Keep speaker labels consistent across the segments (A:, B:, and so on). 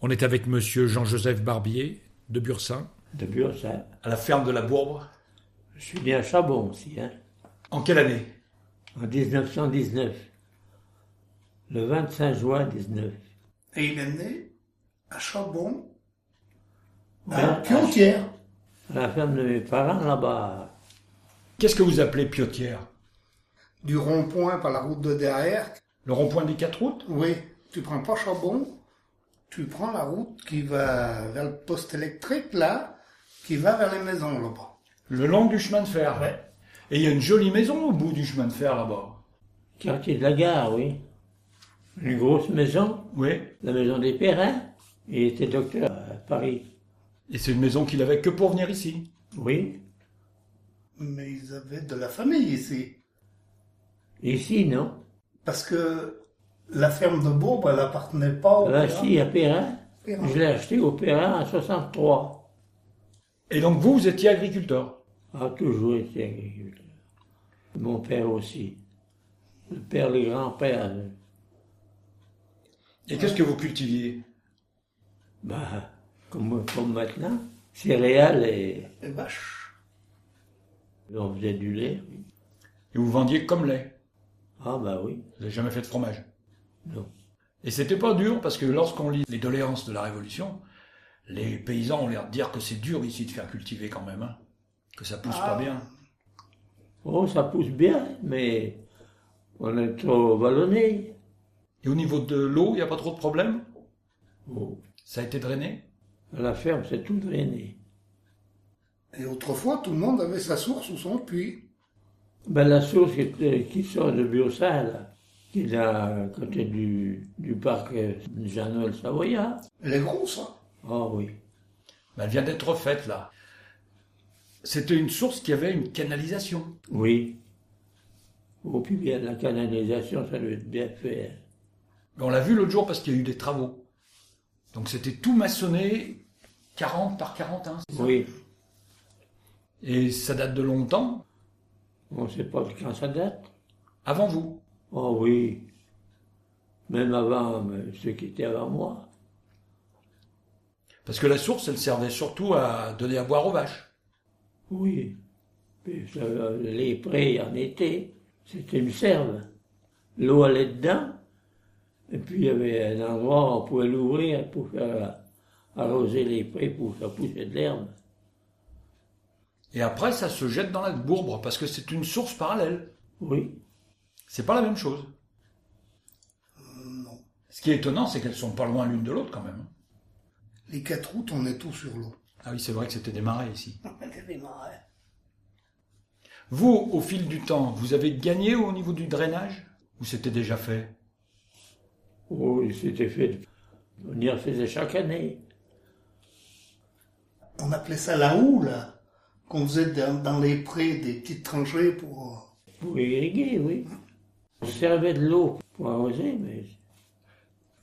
A: On est avec monsieur Jean-Joseph Barbier de Bursin,
B: de Bursin.
A: à la ferme de la Bourbe.
B: Je suis né à Chabon aussi, hein,
A: En quelle année
B: en 1919. Le 25 juin 19.
C: Et il est né à Chabon,
B: Ben,
C: à Piontière.
B: À la ferme de mes parents là-bas.
A: Qu'est-ce que vous appelez Piotière
C: Du rond-point par la route de derrière,
A: Le rond-point des quatre routes
C: oui, tu prends pas Chabon, tu prends la route qui va vers le poste électrique, là, qui va vers les maisons, là-bas.
A: Le long du chemin de fer. Et il y a une jolie maison au bout du chemin de fer là-bas.
B: Quartier de la gare, oui. Une grosse maison,
A: Oui.
B: la maison des Perrins. Il était docteur à Paris.
A: Et c'est une maison qu'il avait que pour venir ici.
B: Oui.
C: Mais ils avaient de la famille ici.
B: Ici, non.
C: Parce que la ferme de Bourbe, elle appartenait pas au
B: Là,
C: Perrin.
B: Ah, si, à Perrin.
C: Perrin.
B: Je l'ai acheté au Perrin en 63.
A: Et donc vous, vous étiez agriculteur.
B: a toujours été agriculteur. Mon père aussi. Le père, le grand-père. euh,
A: Et qu'est-ce que vous cultiviez
B: Bah, comme, comme maintenant, céréales et
C: Les vaches.
B: on faisait du lait. oui.
A: Et vous vendiez comme lait.
B: Ah bah oui,
A: Vous n'avez jamais fait de fromage.
B: non.
A: Et c'était pas dur parce que lorsqu'on lit les doléances de la Révolution, les paysans ont l'air de dire que c'est dur ici de faire cultiver quand même, hein. que ça pousse pas bien.
B: Oh, ça pousse bien, mais on est trop vallonné.
A: Et au niveau de l'eau, il n'y a pas trop de problème
B: Oh,
A: Ça a été drainé
B: à la ferme, c'est tout drainé.
C: Et autrefois, tout le monde avait sa source ou son puits.
B: Ben, la source qui, est- qui sort de Biossin, là, qui est là, à côté du, du parc euh, Jean-Noël Savoyard.
C: Elle est grosse, hein.
B: Ah oui.
A: Mais Ben, Elle vient d'être refaite là. C'était une source qui avait une canalisation.
B: Oui. Oh, puis bien, la canalisation, ça doit être bien fait. hein.
A: Mais Ben, on l'a vu l'autre jour parce qu'il y a eu des travaux. Donc c'était tout maçonné, 40 par 41. c'est ça
B: Oui,
A: Et ça date de longtemps,
B: on ne sait pas de quand ça date.
A: avant vous.
B: Oh oui, même avant euh, ceux qui étaient avant moi.
A: Parce que la source, elle servait surtout à donner à boire aux vaches.
B: Oui, Puis, ça, euh, les prés en été, c'était une serve. L'eau allait dedans, et puis il y avait un endroit où on pouvait l'ouvrir pour faire arroser les prés pour faire pousser de l'herbe.
A: Et après, ça se jette dans la bourbre, parce que c'est une source parallèle.
B: Oui,
A: C'est pas la même chose. Ce qui est étonnant, c'est qu'elles sont pas loin l'une de l'autre quand même.
C: Les quatre routes, on est tout sur l'eau.
A: Ah oui, c'est vrai que c'était des marais ici.
C: Elle est marrée.
A: Vous, au fil du temps, vous avez gagné au niveau du drainage Ou c'était déjà fait
B: oh, c'était fait. On y refaisait chaque année.
C: On appelait ça la houe, là, qu'on faisait dans, dans les prés des petites tranchées pour.
B: Pour irriguer, oui. On servait de l'eau pour arroser, mais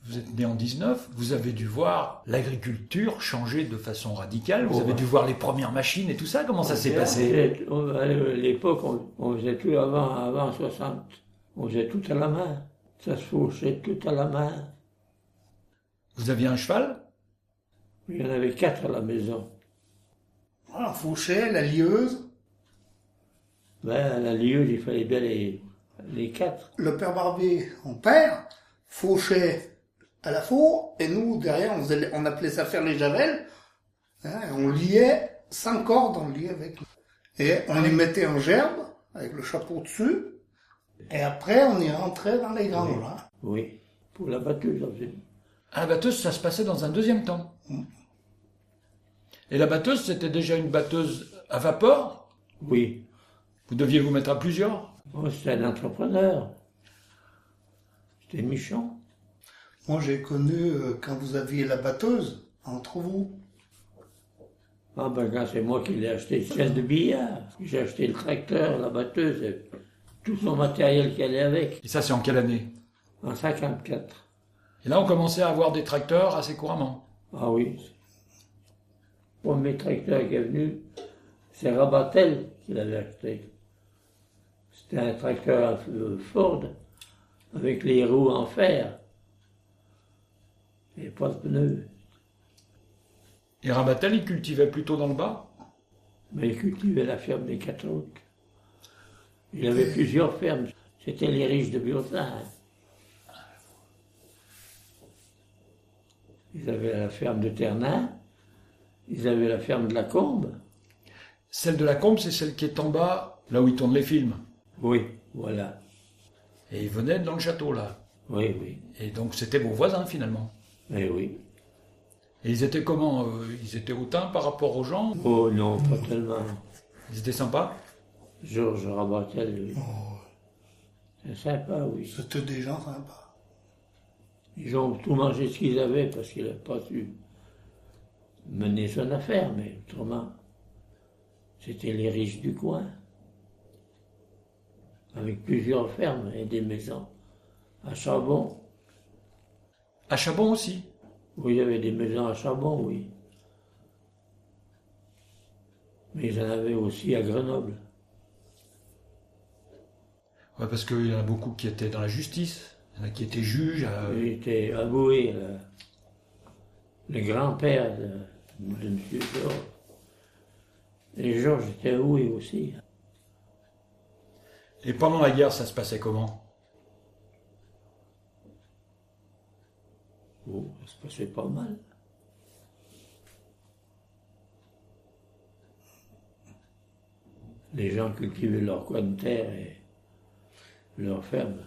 A: Vous êtes né en 19, vous avez dû voir l'agriculture changer de façon radicale, vous
B: Oh,
A: avez
B: ouais.
A: dû voir les premières machines et tout ça, comment ça s'est
B: On
A: passé
B: faisait- on- euh, à l'époque, on, on faisait tout avant, avant 60. On faisait tout à la main. Ça se fauchait tout à la main.
A: Vous aviez un cheval
B: Il y en avait quatre à la maison.
C: Voilà, Fauchet, la lieuse.
B: Ben, à la lieuse, il fallait bien les, les quatre.
C: Le père Barbier, on perd. Fauchet à la four. Et nous, derrière, on, faisait les- on appelait ça faire les javelles. hein, et on liait cinq cordes, on liait avec. Et on les mettait en gerbe, avec le chapeau dessus. Et après, on y rentrait dans les granges. hein.
B: Oui. Pour la batteuse, on faisait.
A: À la batteuse, ça se passait dans un deuxième temps. Et la batteuse, c'était déjà une batteuse à vapeur.
B: Oui.
A: Vous deviez vous mettre à plusieurs.
B: Oh, c'était un entrepreneur. C'était Michon.
C: Moi, j'ai connu euh, quand vous aviez la batteuse entre vous.
B: Ah ben quand c'est moi qui l'ai acheté, celle de billard. J'ai acheté le tracteur, la batteuse, et tout son matériel qu'elle est avec,
A: Et ça, c'est en quelle année
B: en 54.
A: Et là, on commençait à avoir des tracteurs assez couramment.
B: Ah oui. Le premier tracteur qui est venu, c'est Rabatel qui l'avait acheté. C'était un tracteur à f- Ford avec les roues en fer et pas de pneus.
A: Et Rabatel, il cultivait plutôt dans le bas
B: Mais il cultivait la ferme des quatre autres. Il avait plusieurs fermes. C'était les riches de Bursaï. Ils avaient la ferme de Ternin, ils avaient la ferme de la Combe.
A: Celle de la Combe, c'est celle qui est en bas, là où ils tournent les films.
B: Oui, voilà.
A: Et ils venaient dans le château, là.
B: Oui, oui.
A: Et donc, c'était beaux voisins, finalement.
B: Eh oui.
A: Et ils étaient comment euh, Ils étaient hautains par rapport aux gens
B: Oh non, pas tellement.
A: Ils étaient sympas
B: Georges Rabatel, lui. C'est sympa, oui.
C: C'était des gens sympas.
B: Ils ont tout mangé ce qu'ils avaient parce qu'ils n'avaient pas su mener son affaire, mais autrement, c'était les riches du coin, avec plusieurs fermes et des maisons. À Chabon,
A: À Chabon aussi
B: oui, il y avait des maisons à Chabon, oui. Mais ils en avaient aussi à Grenoble.
A: Ouais, parce qu'il y en a beaucoup qui étaient dans la justice. Il y en a qui étaient juges. euh,
B: Il était avoué, le, le grand-père de, de M. Georges. Et Georges était avoué aussi.
A: Et pendant la guerre, ça se passait comment
B: Bon, ça se passait pas mal. Les gens cultivaient leur coin de terre et leur ferme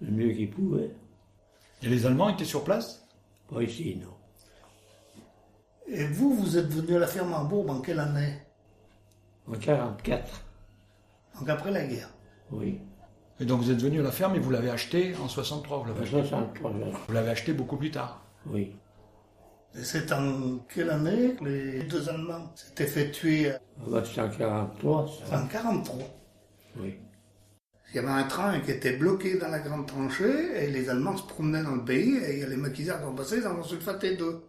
B: le mieux qu'ils pouvaient.
A: Et les Allemands étaient sur place
B: Pas ici, non.
C: Et vous, vous êtes venu à la ferme en Bourbe en quelle année
B: En 44,
C: Donc après la guerre.
B: oui.
A: Et donc vous êtes venu à la ferme et vous l'avez acheté en 63. Vous l'avez
B: En
A: acheté,
B: 63, genre.
A: vous l'avez acheté beaucoup plus tard.
B: oui.
C: Et c'est en quelle année que les deux Allemands s'étaient fait tuer
B: Ah bah, c'est en 43, ça.
C: En 43.
B: Oui.
C: Il y avait un train qui était bloqué dans la grande tranchée et les Allemands se promenaient dans le pays et il y a les maquisards qui ont passé, ils en ont sulfaté deux.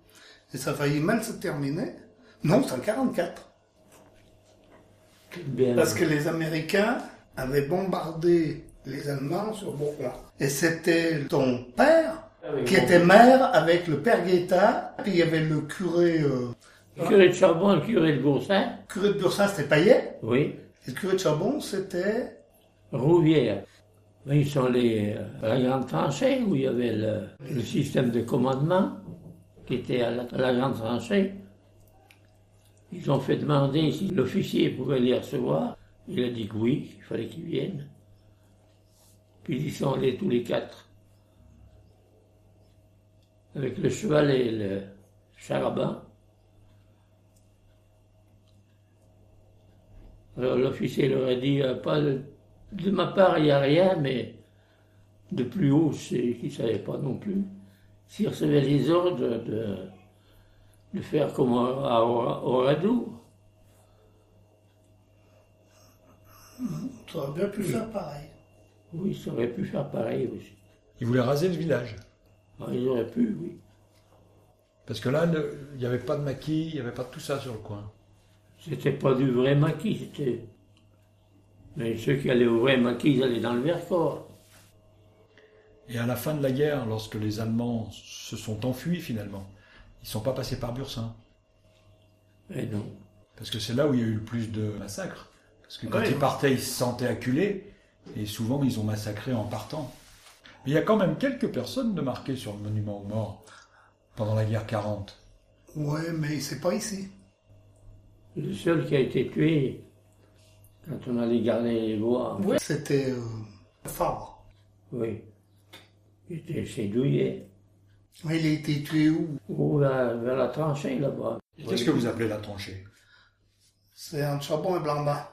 C: Et ça a failli mal se terminer. Non, c'est en 44.
B: Tout bien.
C: Parce que les Américains avaient bombardé les Allemands sur Bourgoin. Et c'était ton père
B: Avec
C: qui
B: mon-
C: était maire avec le père Guetta, puis il y avait le curé, euh,
B: Le curé de Charbon, le curé de Boursin,
C: curé de Bursin, c'était Payet,
B: oui.
C: et le curé de Chabon, c'était
B: Rouvière. Mais Ils sont les, euh, à la grande tranchée où il y avait le, le système de commandement qui était à la, à la grande tranchée. Ils ont fait demander si l'officier pouvait les recevoir. Il a dit que oui, il fallait qu'ils viennent. Puis ils y sont allés tous les quatre. Avec le cheval et le charaban. Alors l'officier leur a dit, euh, pas de, de ma part, il n'y a rien, mais de plus haut, c'est qu'ils ne savaient pas non plus. S'ils recevaient les ordres de, de faire comme à à Oradour.
C: Tu aurais bien hein. pu faire pareil.
B: Oui, ils auraient pu faire pareil aussi.
A: Ils voulaient raser le village.
B: Ah, Ils auraient pu, oui.
A: Parce que là, le- il n'y avait pas de maquis, il n'y avait pas de tout ça sur le coin.
B: C'était pas du vrai maquis, c'était. Mais ceux qui allaient au vrai maquis, ils allaient dans le Vercors.
A: Et à la fin de la guerre, lorsque les Allemands se sont enfuis finalement, ils ne sont pas passés par Bursin.
B: Mais non.
A: Parce que c'est là où il y a eu le plus de massacres. Parce que quand
C: Ouais.
A: ils partaient, ils se sentaient acculés. Et souvent, ils ont massacré en partant. Mais il y a quand même quelques personnes de marquées sur le monument aux morts pendant la guerre 40.
C: Ouais, mais c'est pas ici.
B: Le seul qui a été tué, quand on allait garder les bois,
C: C'était euh, Fabre.
B: oui, il était hein. chez Douillet.
C: Mais il a été tué où
B: Ou vers, vers la tranchée là-bas.
A: Qu'est-ce que vous appelez la tranchée
C: C'est entre Chabon et Blanc-Bas.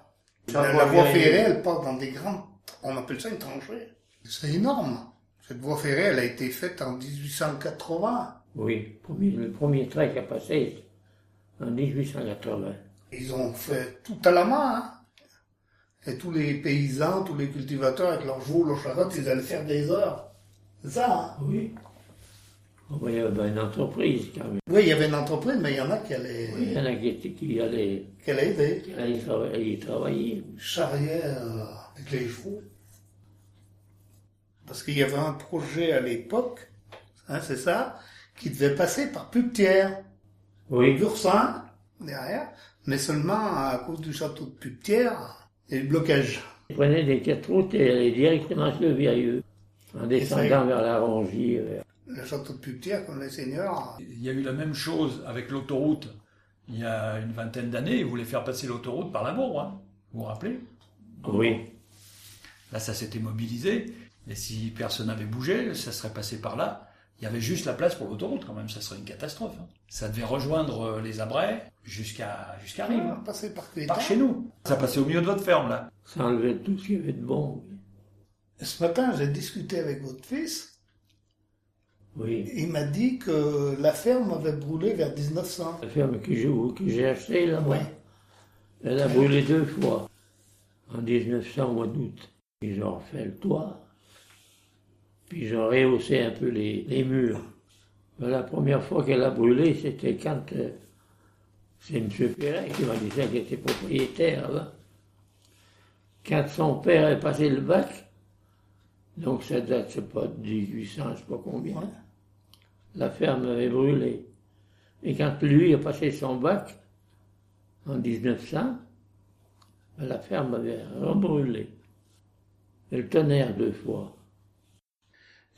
B: Charbon
C: la
B: et
C: voie
B: Blanc-Bas.
C: ferrée, elle part dans des grandes... On appelle ça une tranchée. C'est énorme. Cette voie ferrée, elle a été faite en 1880.
B: Oui, premier- le premier train qui a passé en 1880.
C: Ils ont fait tout à la main. hein. Et tous les paysans, tous les cultivateurs, avec leurs joues, leurs charrettes, ils allaient faire des heures. C'est ça, hein
B: Ah Oui. On voyait ben, une entreprise quand même.
C: Oui, il y avait une entreprise, mais il y en a qui allaient,
B: Il y en a qui, étaient- qui allaient,
C: qui allaient aider.
B: qui allaient trava- y travailler.
C: charriait euh, avec les chevaux. Parce qu'il y avait un projet à l'époque, hein, c'est ça, qui devait passer par Pupetière.
B: Oui.
C: Bursin, derrière, mais seulement à cause du château de Pupetière et le blocage.
B: Ils prenaient des quatre routes et allaient directement sur le Virieux, en descendant
C: vrai.
B: vers la Rongie. vers-
C: Le château de Pupetière, comme les seigneurs,
A: Il y a eu la même chose avec l'autoroute il y a une vingtaine d'années. Ils voulaient faire passer l'autoroute par la Bourre, hein. vous vous rappelez
B: Oui.
A: Là, ça s'était mobilisé. Et si personne n'avait bougé, ça serait passé par là. Il y avait juste la place pour l'autoroute quand même. Ça serait une catastrophe. hein. Ça devait rejoindre euh, les Abrais jusqu'à jusqu'à Rives, hein.
C: passaient par
A: par
C: Clétan.
A: chez nous. Ça passait au milieu de votre ferme là.
B: Ça enlevait tout ce qu'il y avait de bon.
C: Ce matin, j'ai discuté avec votre fils.
B: Oui.
C: Il m'a dit que la ferme avait brûlé vers 1900.
B: La ferme que j'ai- que j'ai achetée là-bas,
C: Oui.
B: elle a brûlé deux fois. En 1900, au mois d'août. Ils ont refait le toit. Puis ils ont rehaussé un peu les, les murs. Mais la première fois qu'elle a brûlé, c'était quand euh, c'est M. Perret qui m'a dit ça, qui était propriétaire là-bas. Quand son père est passé le bac, donc ça date, je sais pas, de 1800, je sais pas combien,
C: Ouais.
B: la ferme avait brûlé. Et quand lui a passé son bac, en 1900, ben, la ferme avait rebrûlé. Et le tonnerre deux fois.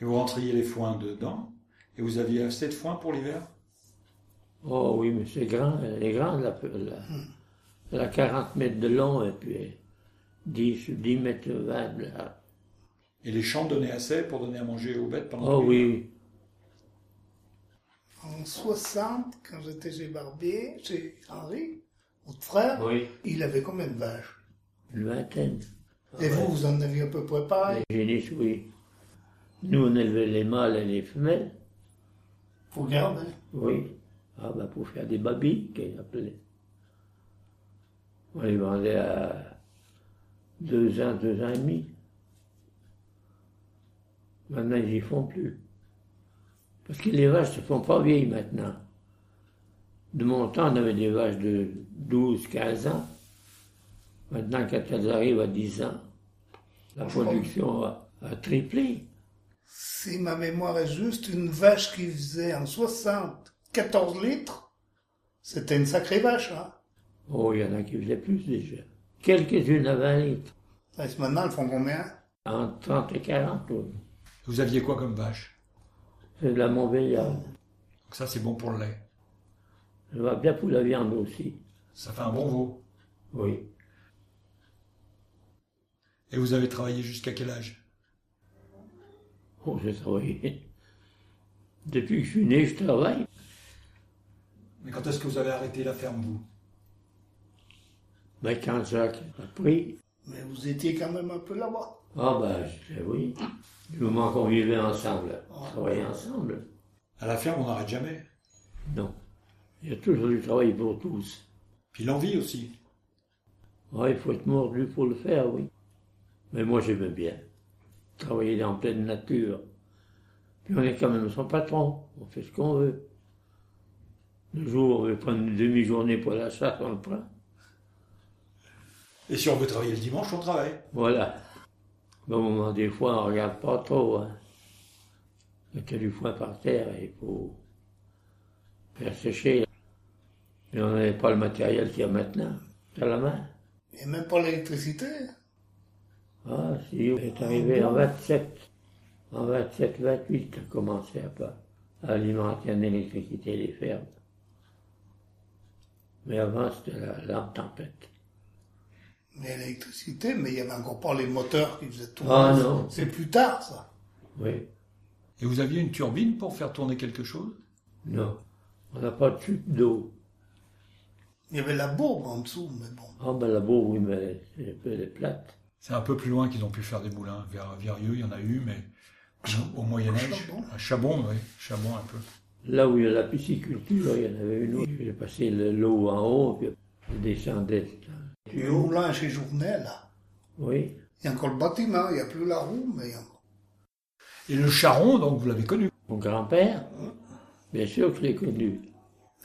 A: Et vous rentriez les foins dedans. Et vous aviez assez de foin pour l'hiver
B: Oh oui, mais c'est grand, elle est grande, la, la, la 40 mètres de long et puis euh, 10, 10 mètres 20 de large.
A: Et les champs donnaient assez pour donner à manger aux bêtes pendant
B: Oh
A: l'hiver.
B: oui,
C: En 60, quand j'étais chez Barbier, chez Henri, votre frère,
B: oui,
C: il avait combien de vaches
B: une vingtaine.
A: Ah
C: Et vous, vous en aviez à peu près pareil
B: J'ai dit oui. Nous, on élevait les mâles et les femelles,
C: pour garder.
B: oui, ah, ben, pour faire des babilles, qu'ils appelaient. On les vendait à deux ans, deux ans et demi. Maintenant, ils n'y font plus. Parce que les vaches ne se font pas vieilles maintenant. De mon temps, on avait des vaches de 12, 15 ans. Maintenant, quand elles arrivent à 10 ans, la production a, a triplé.
C: Si ma mémoire est juste, une vache qui faisait en 60 14 litres, c'était une sacrée vache. Hein
B: Oh, il y en a qui faisaient plus déjà. Quelques-unes à 20 litres.
C: Et maintenant, elles font combien
B: Entre 30 et 40, oui.
A: Vous aviez quoi comme vache
B: C'est de la Montbéliard.
A: Donc ça, c'est bon pour le lait.
B: Ça va bien pour la viande aussi.
A: Ça fait un bon veau.
B: Oui.
A: Et vous avez travaillé jusqu'à quel âge
B: Oh, j'ai travaillé. Depuis que je suis né, je travaille.
A: Mais quand est-ce que vous avez arrêté la ferme, vous
B: Ben, quand Jacques a pris,
C: Mais vous étiez quand même un peu là-bas.
B: ah ben, je disais oui. Du moment qu'on vivait ensemble, on travaillait ensemble.
A: À la ferme, on n'arrête jamais.
B: Non. Il y a toujours du travail pour tous.
A: Puis l'envie aussi.
B: Ah, il faut être mordu pour le faire, oui. Mais moi, j'aimais bien. Travailler en pleine nature. Puis on est quand même son patron. On fait ce qu'on veut. Le jour, on veut prendre une demi-journée pour la chasse, on le prend.
A: Et si on veut travailler le dimanche, on travaille.
B: Voilà. Au moment des fois, on regarde pas trop. Hein. Quand il y a du foin par terre, il faut faire sécher. Mais on n'avait pas le matériel qu'il y a maintenant, à la main.
C: Et même pas l'électricité.
B: Ah, si, on est arrivé en 27. En 27, 28, on a commencé à, pas- à alimenter en électricité les fermes. Mais avant, c'était la lampe tempête.
C: Mais l'électricité, mais il y avait encore pas les moteurs qui faisaient tout.
B: Ah, non.
C: C'est plus tard, ça.
B: Oui,
A: Et vous aviez une turbine pour faire tourner quelque chose
B: non. On n'a pas de chute d'eau.
C: Il y avait la bourbe en dessous, mais bon.
B: Ah, ben la bourre, oui, mais c'est un peu les plates.
A: C'est un peu plus loin qu'ils ont pu faire des moulins. Vers Virieux, il y en a eu, mais au Moyen-Âge.
C: Chabon.
A: À Chabon, oui. Chabon, un peu.
B: Là où il y a la pisciculture, il y en avait une autre. J'ai passé le- l'eau en haut, puis je descendais.
C: Et
B: oh.
C: au Moulin chez Journet, là,
B: Oui,
C: il y a encore le bâtiment, il n'y a plus la roue, mais il y a encore.
A: Et le charron, donc, vous l'avez connu.
B: mon grand-père, bien sûr que je l'ai connu.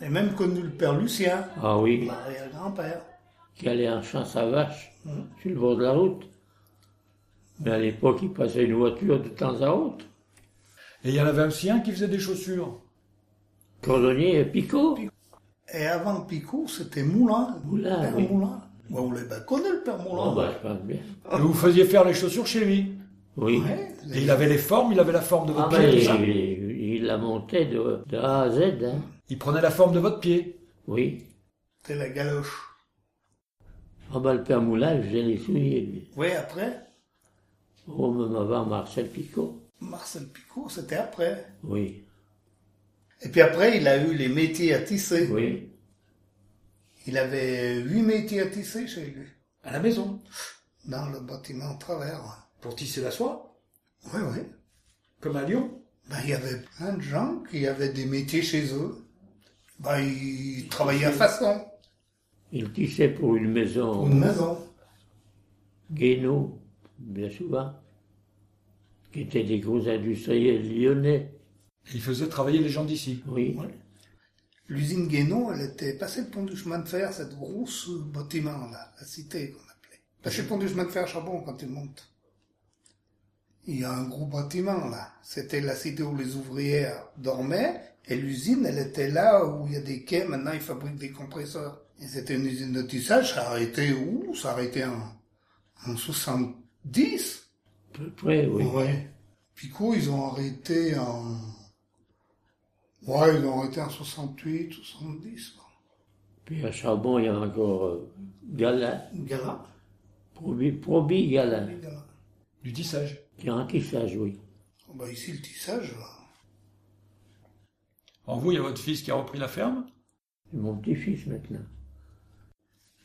C: Et même connu le père Lucien,
B: Ah oui,
C: l'arrière-grand-père.
B: qui allait en champ sa vache sur le bord de la route. Mais à l'époque, il passait une voiture de temps à autre.
A: Et il y en avait aussi un qui faisait des chaussures.
B: Cordonnier et Picot.
C: Et avant Picot, c'était Moulin.
B: Moulin,
C: Père
B: oui.
C: Moulin. Ouais, on l'a bien connu, le père Moulin.
B: Oh, bah, je pense bien.
A: Et vous faisiez faire les chaussures chez lui.
B: Oui.
C: Ouais,
A: Et il avait les formes, il avait la forme de
B: Ah,
A: votre
B: bah,
A: pied.
B: il,
A: tout ça.
B: il- il la montait de, de A à Z, hein.
A: Il prenait la forme de votre pied.
B: Oui.
C: C'était la galoche.
B: Ah, bah, le père Moulin, j'ai les souliers, lui.
C: Oui, après,
B: Oh, même avant Marcel Picot.
C: Marcel Picot, c'était après.
B: Oui.
C: Et puis après, il a eu les métiers à tisser.
B: Oui.
C: Il avait huit métiers à tisser chez lui,
A: À la maison.
C: dans le bâtiment en travers.
A: Pour tisser la soie.
C: Oui, oui.
A: Comme à Lyon.
C: Ben, il y avait plein de gens qui avaient des métiers chez eux. Ben, ils travaillaient à façon,
B: Il tissait pour une maison.
C: ou une maison.
B: Guénaud, bien souvent, qui étaient des gros industriels lyonnais.
A: Et il faisait travailler les gens d'ici.
B: Oui.
C: L'usine Guénon, elle était passée le pont du chemin de fer, cette grosse bâtiment, là, la cité qu'on appelait. Passé le pont du chemin de fer à Charbon quand tu montes. Il y a un gros bâtiment, là. C'était la cité où les ouvrières dormaient, et l'usine, elle était là où il y a des quais, maintenant ils fabriquent des compresseurs. Et c'était une usine de tissage, ça a arrêté où? Ça a arrêté en, en 70?
B: À peu près, oui.
C: Ouais. Picot, ils ont arrêté en. Ouais, ils ont arrêté en 68, 70. quoi.
B: Puis à Charbon, il y a encore euh, Galin,
C: Gala.
B: Probi, Probi Galin,
C: les Gala.
A: Du tissage.
B: qui est en tissage, oui.
C: Oh, bah, ici, le tissage. là.
A: En vous, il y a votre fils qui a repris la ferme.
B: C'est mon petit-fils maintenant.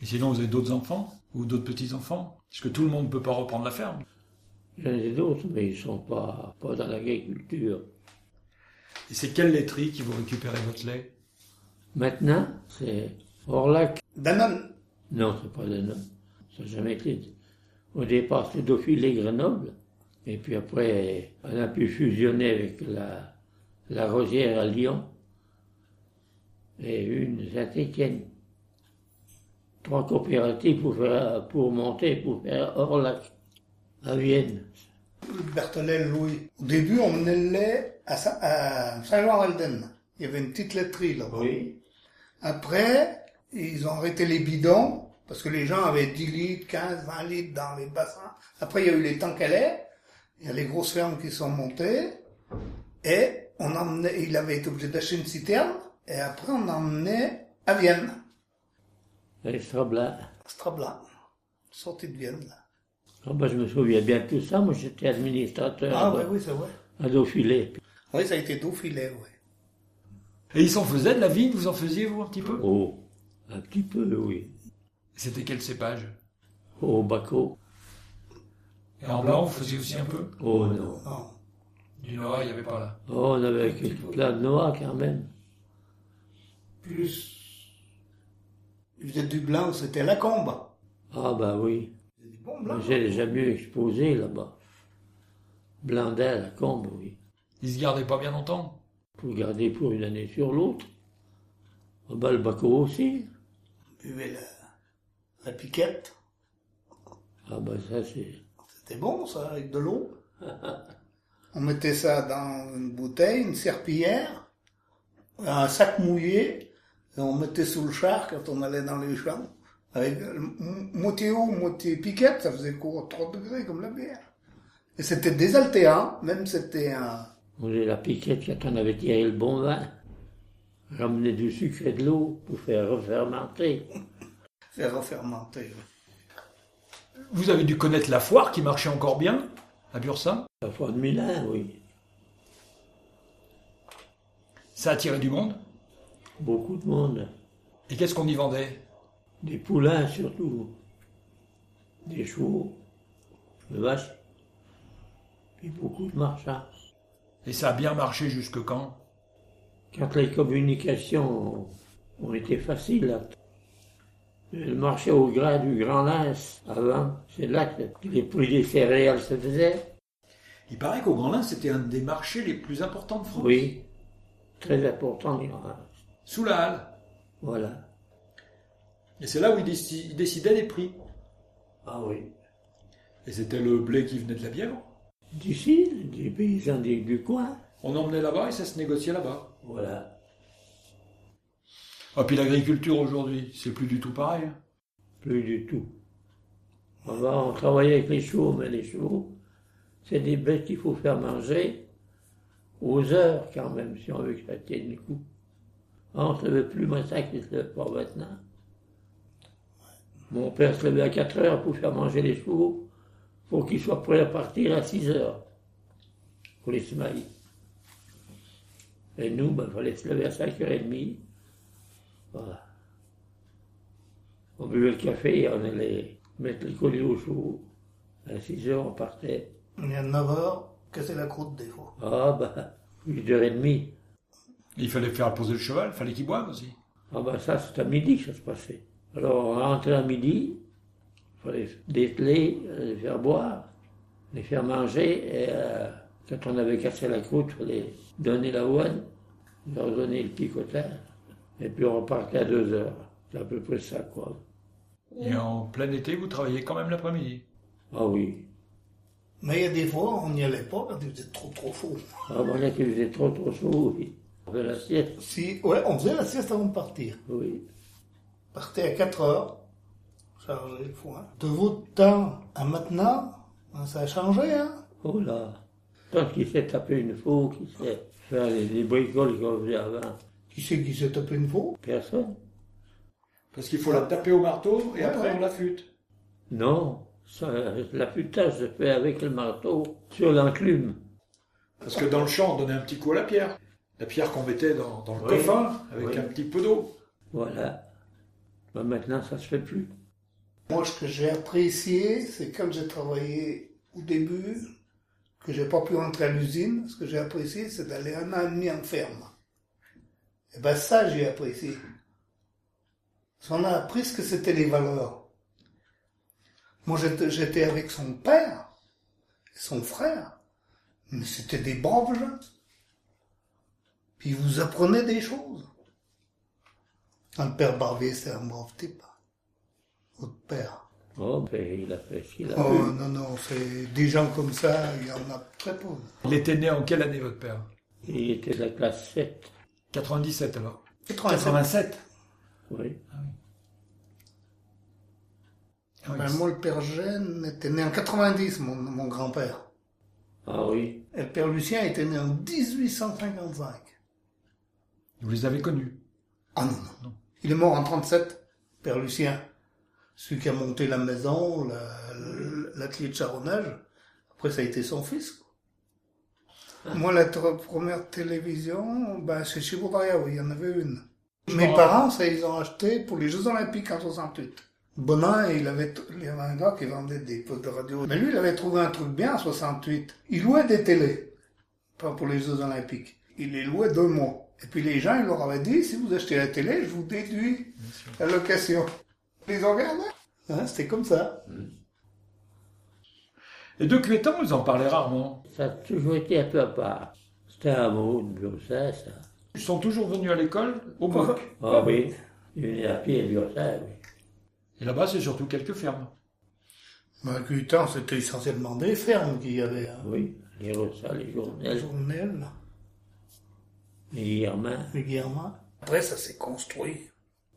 A: Et sinon, vous avez d'autres enfants ou d'autres petits-enfants. Parce que tout le monde ne peut pas reprendre la ferme.
B: J'en ai d'autres, mais ils sont pas, pas dans l'agriculture.
A: Et c'est quelle laiterie qui vous récupérez votre lait
B: Maintenant, c'est Orlac.
C: Danone.
B: Non, c'est pas le nom. Ça n'a jamais été. Au départ, c'est Dauphine et Grenoble. Et puis après, on a pu fusionner avec la, la Rosière à Lyon. Et une Saint-Étienne. Trois coopératives pour, faire- pour monter, pour faire Orlac à Vienne.
C: Berthollet, Louis. Au début, on menait le lait à, Sa- à Saint-Jean-Alden. Il y avait une petite laiterie, là.
B: Oui.
C: Après, ils ont arrêté les bidons, parce que les gens avaient 10 litres, 15, 20 litres dans les bassins. Après, il y a eu les tanks à lait, il y a les grosses fermes qui sont montées, et on emmenait, il avait été obligé d'acheter une citerne, et après on emmenait à Vienne,
B: Et Strablat.
C: à Strablat, sortie de Vienne. là.
B: Ah ben, je me souviens bien de tout ça. Moi, j'étais administrateur
C: Ah
B: à-
C: oui, oui, c'est vrai.
B: à Dauphiné.
C: Oui, ça a été Dauphilet, oui.
A: Et ils s'en faisaient de la vigne, vous en faisiez vous un petit peu
B: Oh, un petit peu, oui.
A: C'était quel cépage
B: Au Baco.
A: Et en blanc, vous faisiez aussi un peu
B: Oh non.
C: Non.
A: Du noir, il n'y avait pas là.
B: Oh, on avait plein de noix quand même.
C: Plus, il faisait du blanc, c'était la combe.
B: Ah bah oui,
C: Il faisait du bon
B: Moi,
C: blanc.
B: j'ai déjà mieux exposé là-bas. Blandin, la combe, oui.
A: Ils se gardaient pas bien longtemps
B: Pour garder pour une année sur l'autre. Ah bah le Baco aussi.
C: Buvait la, la piquette.
B: Ah bah ça c'est...
C: C'était bon, ça, avec de l'eau. On mettait ça dans une bouteille, une serpillière, un sac mouillé, et on mettait sous le char quand on allait dans les champs. Avec euh, m- moitié eau, moitié piquette, ça faisait court 3 degrés comme la bière. Et c'était désaltérant, même c'était un...
B: On faisait la piquette quand on avait tiré le bon vin. Ramener du sucre et de l'eau pour faire refermenter.
C: faire refermenter.
A: Vous avez dû connaître la foire qui marchait encore bien à Bursa.
B: La fois de Milan, oui.
A: Ça attirait du monde.
B: Beaucoup de monde.
A: Et qu'est-ce qu'on y vendait
B: Des poulains surtout, des chevaux, des vaches, puis beaucoup de marchands.
A: Et ça a bien marché jusque quand
B: Quand les communications ont été faciles, là, le marché au grain du Grand Lens, avant, c'est là que les prix des céréales se faisaient.
A: Il paraît qu'au Grand Lin, c'était un des marchés les plus importants de France.
B: Oui, très important le Grand Lens.
A: Sous la halle.
B: Voilà.
A: Et c'est là où ils déci- ils décidaient les prix.
B: Ah oui.
A: Et c'était le blé qui venait de la Bièvre.
B: D'ici, des paysans du, du coin.
A: On emmenait là-bas et ça se négociait là-bas.
B: Voilà.
A: Ah, puis l'agriculture aujourd'hui, c'est plus du tout pareil. hein.
B: Plus du tout. On va on travaille avec les chevaux, mais les chevaux, c'est des bêtes qu'il faut faire manger aux heures quand même, si on veut que ça tienne le coup. Ah, on ne se levait plus matin qu'il ne se lève pas maintenant. Mon père se levait à 4 heures pour faire manger les chevaux, pour qu'ils soient prêts à partir à 6 heures, pour les semailles. Et nous, il fallait se lever à 5h30. Voilà. On buvait le café, on allait mettre les colis au chaud. À 6 heures, on partait.
C: Il y a 9 heures, casser la croûte des fois.
B: Ah bah, 8h30.
A: Il fallait faire poser le cheval, il fallait qu'il boive aussi.
B: Ah bah ça, c'est à midi que ça se passait. Alors on rentrait à midi, il fallait dételer, les faire boire, les faire manger, et euh, quand on avait cassé la croûte, il fallait donner l'avoine, leur donner le picotard, et puis on repartait à deux heures. C'est à peu près ça, quoi.
A: Et en plein été, vous travaillez quand même l'après-midi.
B: Ah oui.
C: Mais il y a des fois, on n'y allait pas, parce que vous êtes trop trop faux.
B: Ah bon, là, tu faisais trop, trop chaud, oui. On fait la sieste,
C: Si, ouais, on faisait la sieste avant de partir.
B: oui.
C: Partez à 4 heures, chargez le foin. De votre temps à maintenant, hein, ça a changé, hein
B: Oh là Tant qu'il s'est tapé une faux, qu'il sait faire les, les bricoles qu'on faisait avant,
C: Qui c'est qui s'est tapé une peau
B: personne.
A: Parce qu'il faut la taper au marteau et après on l'affûte.
B: Non, ça- l'affûtage se fait avec le marteau sur l'enclume.
A: Parce que dans le champ, on donnait un petit coup à la pierre. La pierre qu'on mettait dans, dans le
B: Oui.
A: coffin avec
B: Oui.
A: un petit peu d'eau.
B: Voilà. Ben, maintenant, ça se fait plus.
C: Moi, ce que j'ai apprécié, c'est quand j'ai travaillé au début, que j'ai pas pu rentrer à l'usine, ce que j'ai apprécié, c'est d'aller un an et demi en ferme. Et ben ça, j'ai apprécié. Parce qu'on a appris ce que c'était les valeurs. Moi, j'étais- j'étais avec son père, et son frère, mais c'était des braves gens. Puis ils vous apprenaient des choses. Ah, Le père Barbier, c'est un brave type. hein, Votre père.
B: Oh, ben, il a fait ce qu'il a
C: Oh,
B: pu.
C: non, non, c'est des gens comme ça, il y en a très peu.
A: Il était né en quelle année votre père
B: Il était de la classe 7.
A: 97 alors.
C: 87.
A: 87
B: Oui.
A: Ah oui.
C: Ben, moi, le père Gênes était né en 90, mon, mon grand-père.
B: Ah oui.
C: Et le père Lucien était né en 1855.
A: Vous les avez connus.
C: Ah non, non. Il est mort en 37, père Lucien. Celui qui a monté la maison, la- la- l'atelier de charronnage. Après, ça a été son fils. quoi. Moi, la tr- première télévision, ben, c'est chez Bourdaria, oui, il y en avait une. Mes parents, ça, ils ont acheté pour les Jeux Olympiques en 68. Bonin, il avait, t- il y avait un gars qui vendait des postes de radio. Mais lui, il avait trouvé un truc bien en 68. Il louait des télés pas pour les Jeux Olympiques. Il les louait deux mois. Et puis les gens, ils leur avaient dit, si vous achetez la télé, je vous déduis la location. Ils ont regardé. Hein, C'était comme ça.
A: Et de Cuétan, vous en parlez rarement.
B: Ça a toujours été un peu à part. C'était un mot de ça, ça.
A: Ils sont toujours venus à l'école au Boc.
B: Ah oui. Il venait à pied, Bursa, oui.
A: Et là-bas, c'est surtout quelques fermes.
C: Mais avec le temps, Bah, c'était essentiellement des fermes qu'il y avait. hein.
B: Oui. Les Rossas, les
C: Les
B: Journelles,
C: journaux,
B: les Guillermins.
C: les guillemins. Après, ça s'est construit.